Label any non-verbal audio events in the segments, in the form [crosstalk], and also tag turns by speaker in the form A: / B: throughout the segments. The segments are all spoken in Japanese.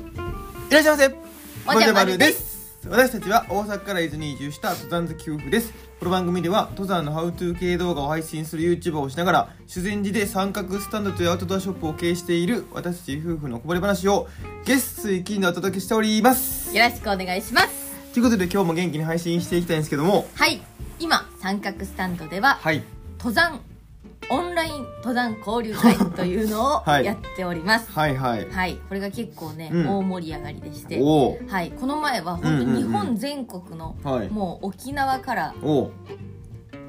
A: いらっしゃいませ
B: もじゃまるです
A: 私たちは大阪から伊豆に移住した登山好き夫婦ですこの番組では登山のハウトゥー系動画を配信する YouTuber をしながら修善寺で三角スタンドというアウトドアショップを経営している私たち夫婦のこぼれ話を月水金でお届けしております
B: よろしくお願いします
A: ということで今日も元気に配信していきたいんですけども
B: はい今三角スタンドでは、
A: はい
B: 登山オンライン登山交流会というのを
A: [laughs] はい
B: やっておりますは
A: はいはい
B: い、これが結構ね、
A: うん
B: 大盛り上がりでして
A: おー
B: はいこの前は本当
A: うんうんうん
B: 日本全国の、
A: はい
B: もう沖縄から
A: お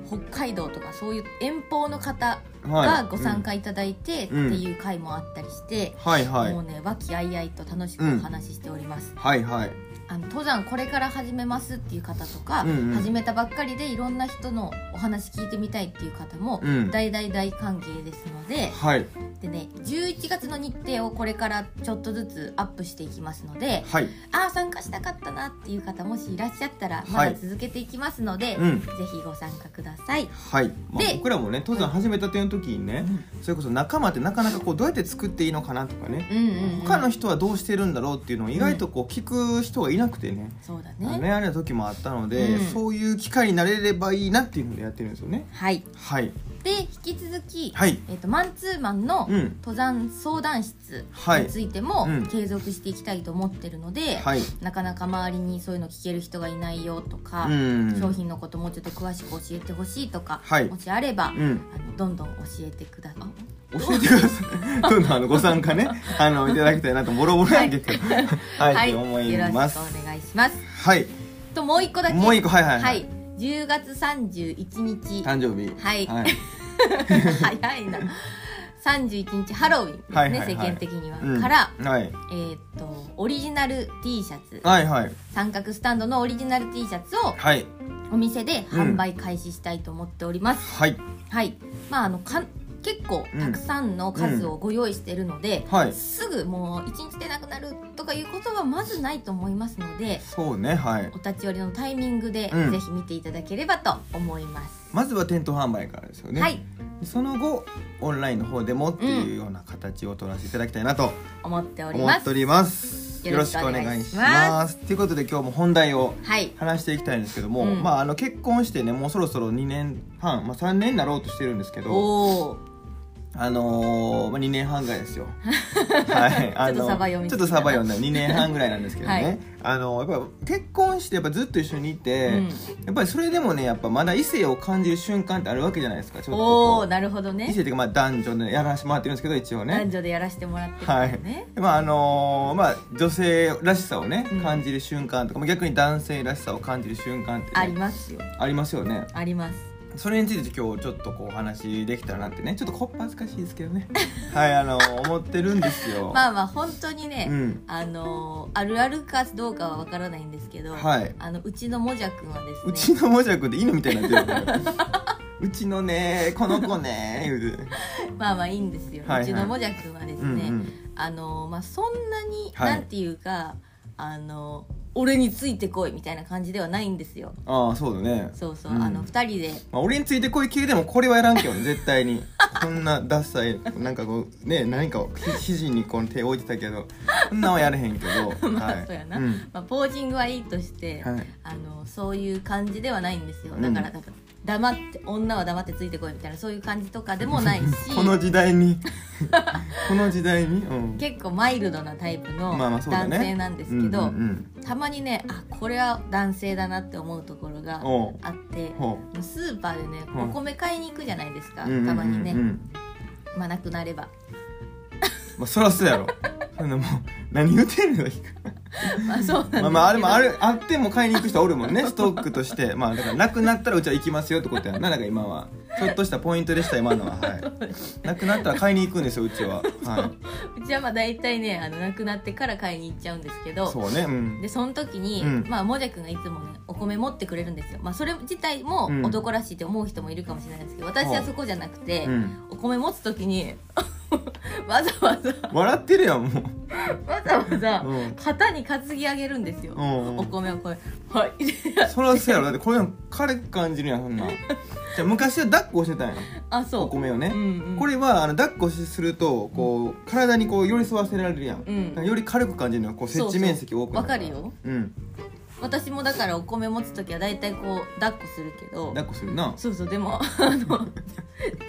B: 北海道とかそういう遠方の方
A: ーは
B: が
A: い
B: ご参
A: うん
B: 加いただいてって
A: うん
B: いう会もあったりして、
A: はいはい
B: もうね和気あいあいと楽しくお話ししております、
A: はいはい
B: あの登山これから始めますっていう方とか、
A: うんうん
B: 始めたばっかりでいろんな人のお話聞いてみたいっていう方も、
A: うん
B: 大大大歓迎ですので
A: はい
B: でね11月の日程をこれからちょっとずつアップしていきますので
A: はい
B: ああ参加したかったなっていう方もしいらっしゃったらま
A: は
B: だ
A: い
B: 続けていきますので、
A: うん
B: ぜひご参加ください。
A: はい、まあ
B: で、
A: 僕らもね登山始めたての時にね、それこそ仲間ってなかなかこうどうやって作っていいのかなとかね、
B: うんうんうん、
A: 他の人はどうしてるんだろうっていうのを意外とこう聞く人がいなくてね,、
B: そうだ
A: あの
B: ね
A: ねあれの時もあったので、
B: うん
A: そういう機会になれればいいなっていうのでやってるんですよね
B: はい
A: はい
B: で引き続き、
A: はい
B: えっとマンツーマンの
A: うん
B: 登山相談室
A: はい
B: についても
A: うん
B: 継続していきたいと思ってるので、
A: はい
B: なかなか周りにそういうの聞ける人がいないよとか、
A: うん
B: 商品のこともうちょっと詳しく教えてほしいとか、
A: はい
B: もしあれば、
A: うん
B: あのどんどん教えてください。
A: 教えてくださ
B: [laughs]
A: いどんどんあのご参加ねあのいただきたいなとボロボロやけどはい、って思い
B: よろしく
A: ます
B: お願いします。
A: はい
B: ともう一個だけ
A: もう一個はいはい
B: はい、10月31日
A: 誕生日
B: はい
A: はい、
B: [laughs] 早いな31日ハロウィンですね、
A: はいはいはい
B: 世間的には、
A: うん
B: から、
A: はい
B: えーっとオリジナル T シャツ
A: はいはい
B: 三角スタンドのオリジナル T シャツを
A: はい
B: お店で販売開始したいと思っております、
A: はい
B: はいまああのか結構
A: うん
B: たくさんの数をご用意しているので、
A: はい
B: すぐもう一日でなくなるとかいうことはまずないと思いますので
A: そうねはい
B: お立ち寄りのタイミングで
A: うん
B: ぜひ見ていただければと思います、
A: まずは店頭販売からですよね、
B: はい
A: その後オンラインの方でもっていうような形を取らせていただきたいなと
B: 思っており
A: 思
B: ま
A: って
B: す
A: おります
B: よろしくお願いしま
A: よろ
B: す
A: しくおすということで今日も本題を
B: はい
A: 話していきたいんですけども、
B: うん
A: まあ、あの結婚してねもうそろそろ2年半、まあ、3年になろうとしてるんですけど
B: おお
A: あのーまあ、2年半ぐらいで
B: [laughs]
A: すよはいあの
B: ちょっとサバ読み
A: ちょっとサバ読んだ2年半ぐらいなんですけどね、
B: はい
A: あのやっぱ結婚してやっぱずっと一緒にいて、
B: うん
A: やっぱりそれでもねやっぱまだ異性を感じる瞬間ってあるわけじゃないですかちょっと
B: お
A: こ
B: お
A: う
B: なるほど
A: 異
B: ね
A: 性というかまあ男女でやらせてもらってるんですけど一応ね
B: 男女でやらせてもらってるからね、
A: まああのーまあ女性らしさをね
B: うん
A: 感じる瞬間とか、まあ逆に男性らしさを感じる瞬間ってね、
B: ありますよ
A: ありますよね
B: あります
A: それについて今日ちょっとこうお話できたらなってねちょっとこっぱ恥ずかしいですけどね [laughs] はいあのー思ってるんですよ、
B: まあまあ本当にね、
A: うん
B: あのーあるあるかどうかはわからないんですけど、
A: はい
B: あのうちのもじゃくんはですね
A: うちのもじゃくんって犬みたいになってるよね [laughs] うちのねこの子ね言うて、
B: まあまあいいんですよ、
A: はいはいう
B: ちのもじゃくんはです
A: うん
B: ね、
A: うん
B: あのーまあ、そんなに、
A: はい
B: なんていうかあのー俺についてこいみたいな感じではないんですよ
A: ああそうだね
B: そうそう、
A: うん
B: あの2人で
A: まあ、俺についてこい系でもこれはやらんけどね絶対にこんなダサいなんかこうね何かをひ肘にこう手を置いてたけどそんなんはやれへんけど
B: [laughs] まあ
A: はい
B: そうやな
A: うん
B: まあ、ポージングはいいとして、
A: はい
B: あのそういう感じではないんですよだから、
A: うん
B: なんか黙って女は黙ってついてこいみたいなそういう感じとかでもないし
A: [laughs] この時代
B: [laughs]
A: にこの時代に、うん、
B: 結構マイルドなタイプの
A: まあまあ
B: 男
A: そうだね
B: 性なんですけど、
A: うんうん
B: たまにねあこれは男性だなって思うところが
A: うん、おう
B: あって
A: ほ
B: スーパーでね
A: うん
B: お米買いに行くじゃないですか、
A: ううんうんうんうん
B: たまにね、まあなくなれ
A: [laughs]
B: ば、
A: まあ、そらそうや
B: [laughs]
A: ろそんなもう何言うてんの
B: まあ、そうなんですけど
A: まあまああれもあるあっても買いに行く人おるもんねストックとしてまあだからなくなったらうちは行きますよってことや
B: [laughs]
A: ななんか今はちょっとしたポイントでした今のはは
B: [laughs]
A: いなくなったら買いに行くんですようちはは
B: うちはまあ大体ねあのなくなってから買いに行っちゃうんですけど
A: いそうねうん
B: でその時に、
A: うん
B: まあもじゃくんがいつもねお米持ってくれるんですよ、まあ、それ自体も
A: うん
B: 男らしいって思う人もいるかもしれないですけど、私はそこじゃなくて、
A: うん
B: お米持つ時に [laughs] わざわざ
A: 笑ってるやんもう
B: わざわざ
A: うん
B: 型に担ぎ上げるんですよ、
A: うん
B: お米をこれはい [laughs] で
A: それはそうやろだってこれ彼感じるやんそんなんじゃあ昔は抱っこしてたんや
B: あそう
A: お米をね、
B: うんうん、
A: これはあの抱っこしするとこう体にこう寄り添わせられるやん、
B: うん
A: だからより軽く感じるのよこう接地面積多くな
B: わかるよ
A: うん
B: 私もだからお米持つ時は大体こう抱っこするけど
A: 抱っこするな
B: そうそうでも [laughs] あの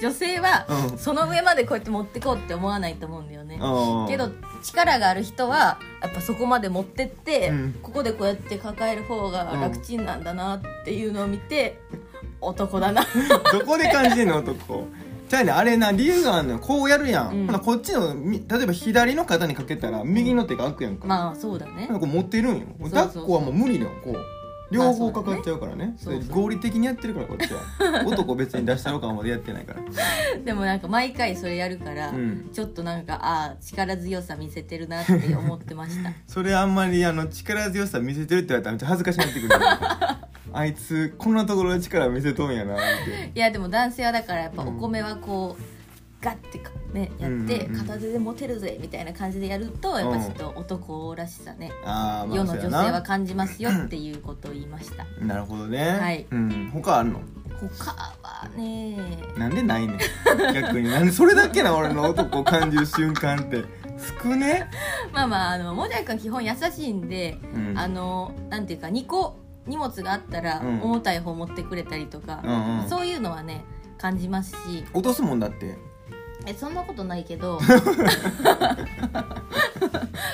B: 女性は
A: うん
B: その上までこうやって持ってこうって思わないと思うんだよね
A: あー
B: けど力がある人はやっぱそこまで持ってって、
A: うん
B: ここでこうやって抱える方が楽ちんなんだなっていうのを見て、
A: [laughs]
B: 男だな
A: どこで感じてんの男じゃあねあれな理由があるのよこうやるやん、
B: うん
A: ほなこっちのみ例えば左の肩にかけたら右の手が開くやんか、
B: まあそうだね
A: なんか持ってるんよ
B: そう
A: 抱っこはもう無理なのこう両方かかっちゃうからね,、
B: そうだねそうそう
A: 合理的にやってるからこっち
B: [laughs]
A: は男別に出したろ感までやってないから
B: でもなんか毎回それやるから、
A: うん
B: ちょっとなんかああ力強さ見せてるなって思って
A: [laughs]
B: ました
A: それあんまりあの力強さ見せてるって言われたらめっちゃ恥ずかしくなってくる
B: [laughs]
A: よあいつこんなところで力見せとんやなって
B: いやでも男性はだからやっぱお米はこう、ガッてかね
A: う
B: やって
A: んうんうん
B: 片手で持てるぜみたいな感じでやるとやっぱ
A: うん
B: ちょっと男らしさね、
A: ああまあ
B: 世の
A: そう
B: 女
A: や
B: 性
A: な
B: は感じますよっていうことを言いました
A: なるほどね、
B: はい
A: うん他あるの
B: 他はね
A: なんでないねん逆になんでそれだけな俺の男を感じる瞬間って少ね、
B: まあまああのもじゃくん基本優しいんで、
A: うん、
B: あのなんていうか2個荷物があったら
A: うん
B: 重たい方持ってくれたりとか、
A: うんうん
B: そういうのはね感じますし
A: 落とすもんだって
B: えそんなことない
A: [laughs]
B: けど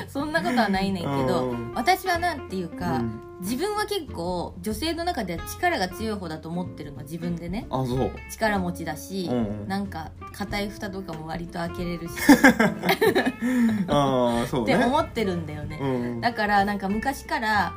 B: そんなことはないねんけど、
A: うん
B: 私はなんていうか、
A: うん
B: 自分は結構女性の中では力が強い方だと思ってるの自分でね
A: あそう
B: 力持ちだし、
A: うんうん
B: なんか硬い蓋とかも割と開けれるし、
A: ああそう
B: って
A: ね
B: 思ってるんだよね、
A: うんうん
B: だからなんか昔から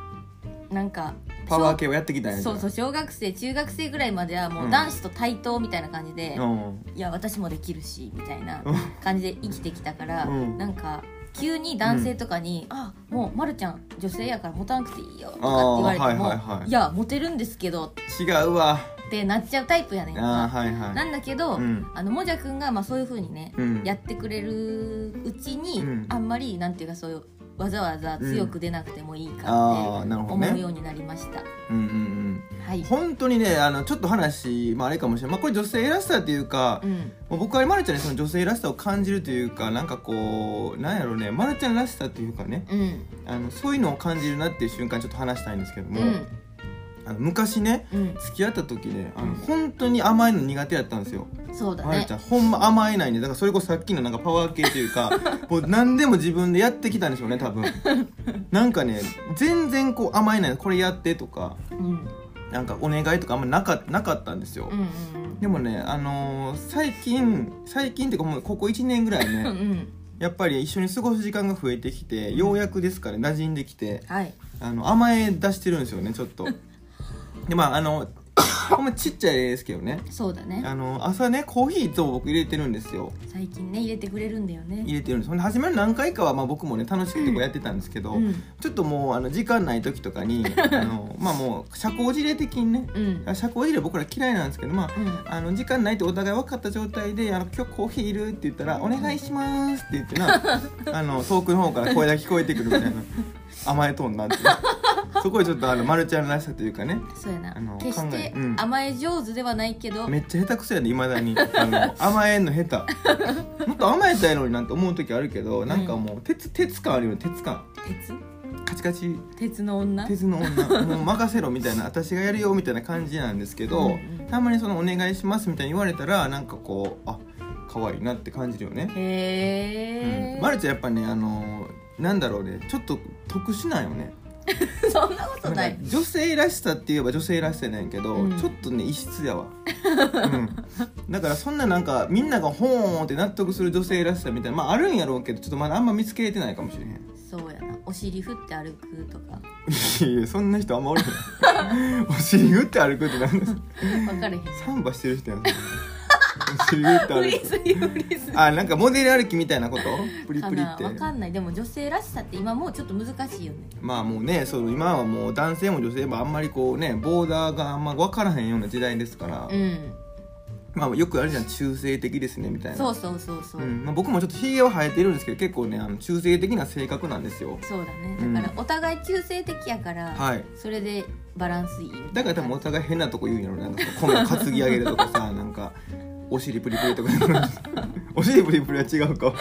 B: なんか
A: パワー系をやってきたんや
B: そうそうう小学生中学生ぐらいまではも
A: うん
B: う男子と対等みたいな感じで、
A: うん
B: いや私もできるしみたいな
A: うん
B: 感じで生きてきたから、
A: うん
B: なんか急に男性とかに「あもうまるちゃん女性やから持たなくていいよ」とかって言われても「
A: あーはいはいはい
B: いやモテるんですけど」
A: 違うわ
B: ってなっちゃうタイプやねん
A: ああ
B: か。
A: はいはい
B: なんだけど、
A: うん
B: あのもじゃくんがまあそういうふうにね、
A: うん
B: やってくれるうちに、
A: うん
B: あんまりなんていうかそういうわざわざ強く出なくてもいいか
A: あ
B: っ
A: ー
B: て
A: なるほどね
B: 思うようになりました。
A: うんうんうん
B: はい、
A: 本当にねあのちょっと話、まあ、あれかもしれない、まあ、これ女性らしさというか、
B: うん
A: もう僕はまるちゃんにその女性らしさを感じるというかなんかこうなんやろうねまるちゃんらしさというかね
B: うん
A: あのそういうのを感じるなっていう瞬間ちょっと話したいんですけども、
B: うん
A: あの昔ね
B: うん
A: 付き合った時ねあの本当に甘いの苦手やったんですよ、
B: そうだ
A: まる
B: ね
A: ちゃんほんま甘えないねだからそれこそさっきのなんかパワー系という
B: [laughs]
A: かもう何でも自分でやってきたんでしょうね多分なんかね全然こう甘えないこれやってとか
B: うんうん
A: なんかお願いとかあんまなかなかったんですよ、
B: うん
A: でもねあのー最近最近っていうかもうここ1年ぐらい
B: [laughs] うんう
A: ね
B: ん
A: やっぱり一緒に過ごす時間が増えてきてようやくですから馴染んできて
B: はい
A: あの甘え出してるんですよねちょっとでまああ
B: [coughs]
A: のほんまちっちゃいですけどね
B: そうだね
A: あの朝ねコーヒーいつも僕入れてるんですよ
B: 最近ね入れてくれるんだよね
A: 入れてるんですほんで初めの何回かはまあ僕もね楽しくてこうやってたんですけど、
B: うん
A: ちょっともうあの時間ない時とかにあのまあもう社交辞令的にね
B: うん
A: あ社交辞令僕ら嫌いなんですけどまあ
B: うん
A: あの時間ないってお互い分かった状態で「あの今日コーヒーいる?」って言ったら「お願いします」って言って
B: [laughs]
A: なあの遠くの方から声が聞こえてくるみたいな [laughs] 甘えとんなってそこでちょっとあのマルちゃんらしさというかね
B: そうやな
A: あの
B: 決し
A: 考え
B: て
A: うん
B: 甘え上手ではないけど
A: めっちゃ下手くそやでいまだにあの甘えんの下手もっと甘えたいのになんて思う時あるけどなんかもう鉄鉄感あるよね鉄感
B: 鉄
A: カチカチ
B: 鉄の女
A: 鉄の
B: [laughs]
A: 女もう任せろみたいな私がやるよみたいな感じなんですけど、
B: うんうん
A: たまにその「お願いします」みたいに言われたらなんかこうあ可愛いなって感じるよね、う
B: へえ
A: ん、マルちゃんやっぱねあのーなんだろうねちょっと特殊なんよね
B: [laughs] そんなことな
A: なん
B: い
A: か女性らしさって言えば女性らしさなんやけど、
B: うん
A: ちょっとね異質やわ、うん、だからそんななんかみんながホーンって納得する女性らしさみたいなまああるんやろうけどちょっとまだあんま見つけれてないかもしれへん
B: そうやなお尻振って歩く
A: [laughs]
B: とか
A: いやいやそんな人あんまおるへんお尻打って歩くってなんです
B: 分かれへん
A: サンバしてる人やんお尻打
B: [laughs]
A: って
B: フ
A: 歩
B: リ
A: く
B: スリフリス
A: あなんかモデル歩きみたいなことプリ
B: か
A: プリっ
B: な
A: て
B: わかんないでも女性らしさって今もうちょっと難しいよね
A: まあもうねその今はもう男性も女性もあんまりこうねボーダーがあんま分からへんような時代ですから、
B: うん
A: まあ、よくあるじゃん中性的ですねみたいな
B: そうそうそうそう、
A: うんまあ、僕もちょっとひげは生えてるんですけど結構ねあの中性的な性格なんですよ
B: そうだ
A: う
B: ね
A: ん
B: だからお互い中性的やから、
A: はい
B: それでバランスいいみたいな
A: だから多分お互い変なとこ言うんやろねなんかこう米を担ぎ上げるとか
B: [laughs]
A: さなんかお尻プリプリとか [laughs] お尻プリプリは違うか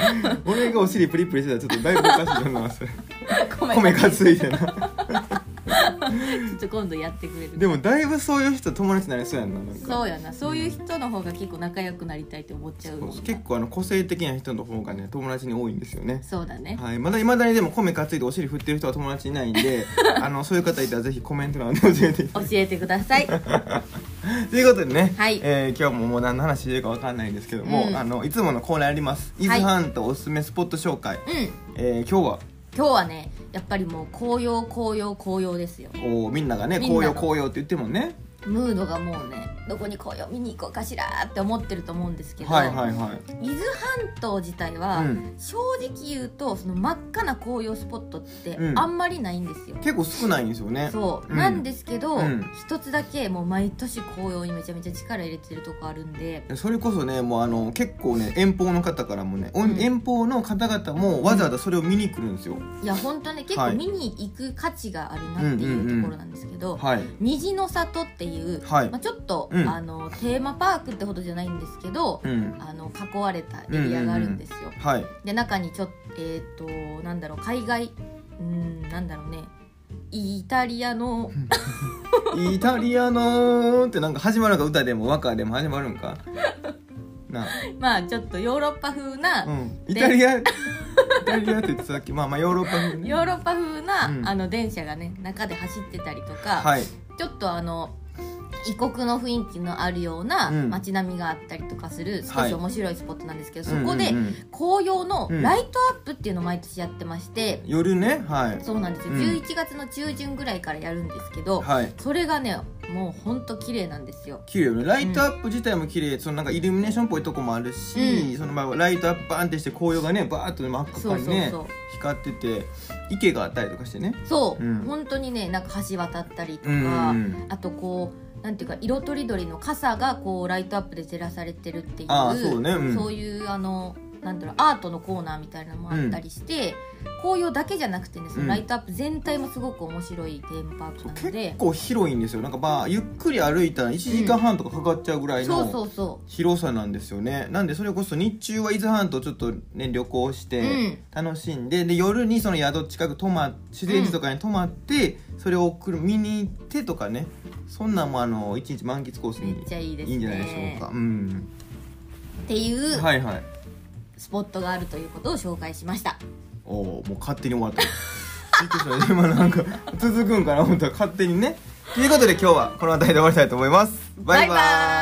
A: 俺がお尻プリプリしてたらちょっとだいぶおかしいよなそれ
B: [laughs] ごめん
A: 米担いでな
B: [laughs] ちょっと今度やってくれる
A: でもだいぶそういう人友達になりそうやんななんか
B: そうやなそういう人の方が結構仲良くなりたいって思っちゃうもんな
A: そう結構あの個性的な人の方がね友達に多いんですよね
B: そうだね
A: はい、まだいまだにでも米担いでお尻振ってる人は友達いないん
B: [laughs]
A: であのそういう方いたらぜひコメント欄で教えてい [laughs] た
B: 教
A: だき
B: えてく
A: [laughs]
B: ださい
A: たいということでね、
B: はい
A: えー今日ももう何の話してるかわかんないんですけども、
B: うん
A: あのいつものコーナーあります伊
B: はい
A: 豆半島おすすめスポット紹介、
B: うん
A: えー今日は
B: 今日はねやっぱりもう紅葉紅葉紅葉ですよ
A: おーみんながね
B: みんな
A: 紅
B: が
A: 葉紅葉って言ってもね
B: ムードがもうねどこに紅葉見に行こうかしらって思ってると思うんですけど、
A: はいはいはい
B: 伊豆半島自体は、
A: うん
B: 正直言うとその真っ赤な紅葉スポットって
A: うん
B: あんまりないんですよ、
A: 結構少ないんですよね
B: そう、
A: うん
B: なんですけど、
A: うん
B: 一つだけもう毎年紅葉にめちゃめちゃ力入れてるとこあるんで
A: それこそねもうあの結構ね遠方の方からもね、お
B: うん
A: 遠方の方々もわざわざそれを見に来るんですよ、
B: いや本当ね結
A: は
B: 構
A: い
B: 見に行く価値があるなっていうところなんですけど、
A: はい
B: 虹の里っていう、
A: はい
B: まあ、ちょっと、
A: うん
B: あのテーマパークってほどじゃないんですけど、
A: うん
B: あの囲われたエリアがあるんですよ、
A: はい
B: で中にちょっとえっ、となんだろう海外うんなんだろうねイタリアの
A: イタリアのーってなんか始まるのか歌でも和歌でも始まるんかなあ、
B: まあちょっとヨーロッパ風
A: う
B: な、
A: ん、イタリアイタリアって言ってさっきまあまあヨーロッパ風ね
B: ヨーロッパ風な、
A: うん
B: あの電車がね中で走ってたりとか、
A: はい
B: ちょっとあの異国の雰囲気のあるような
A: うん
B: 街並みがあったりとかする
A: は
B: 少
A: い
B: し面白いスポットなんですけど、そこで
A: うんうんうん
B: 紅葉の
A: うん
B: ライトアップっていうのを毎年やってまして、
A: 夜ねはい
B: そうなんですよ、
A: うん
B: 11月の中旬ぐらいからやるんですけど、
A: はい
B: それがねもうほんと綺麗なんですよ
A: 綺麗よねライトアップ自体も綺麗そのなんかイルミネーションっぽいとこもあるし、
B: う
A: そのまあライトアップバーンってして紅葉がねバーッと真っ赤っ
B: そ
A: か
B: う
A: に
B: そう
A: ね
B: そう
A: 光ってて池があったりとかしてね
B: そう、
A: うん
B: 本当にねなんか橋渡ったりとか、
A: うんうん
B: あとこうなんていうか色とりどりの傘がこうライトアップで照らされてるっていう
A: あーそうねうん
B: そういうあのなんだろうアートのコーナーみたいなのもあったりして、紅葉だけじゃなくてねそのライトアップ全体もすごく面白いテーマパークなの
A: 結
B: で
A: 構広いんですよなんかまあゆっくり歩いたら1時間半とかかかっちゃうぐらいの、
B: そうそうそ
A: 広さなんですよねなんでそれこそ日中は伊豆半島ちょっとね旅行し
B: う、
A: て楽しんで,、で夜にその宿近く泊ま自然地とかに泊まって、それを来る見に行ってとかねそんなんもあの一日満喫コース
B: うんめ
A: に
B: っちゃいいで
A: い
B: すね
A: いんじゃないでしょうか、うん
B: っていう
A: はいはい
B: スポットがあるということを紹介しました
A: おおもう勝手に終わったびっくりした今なんか続くんかな思ったら勝手にねということで今日はこの辺りで終わりたいと思いますバイバ
B: バイバ
A: イ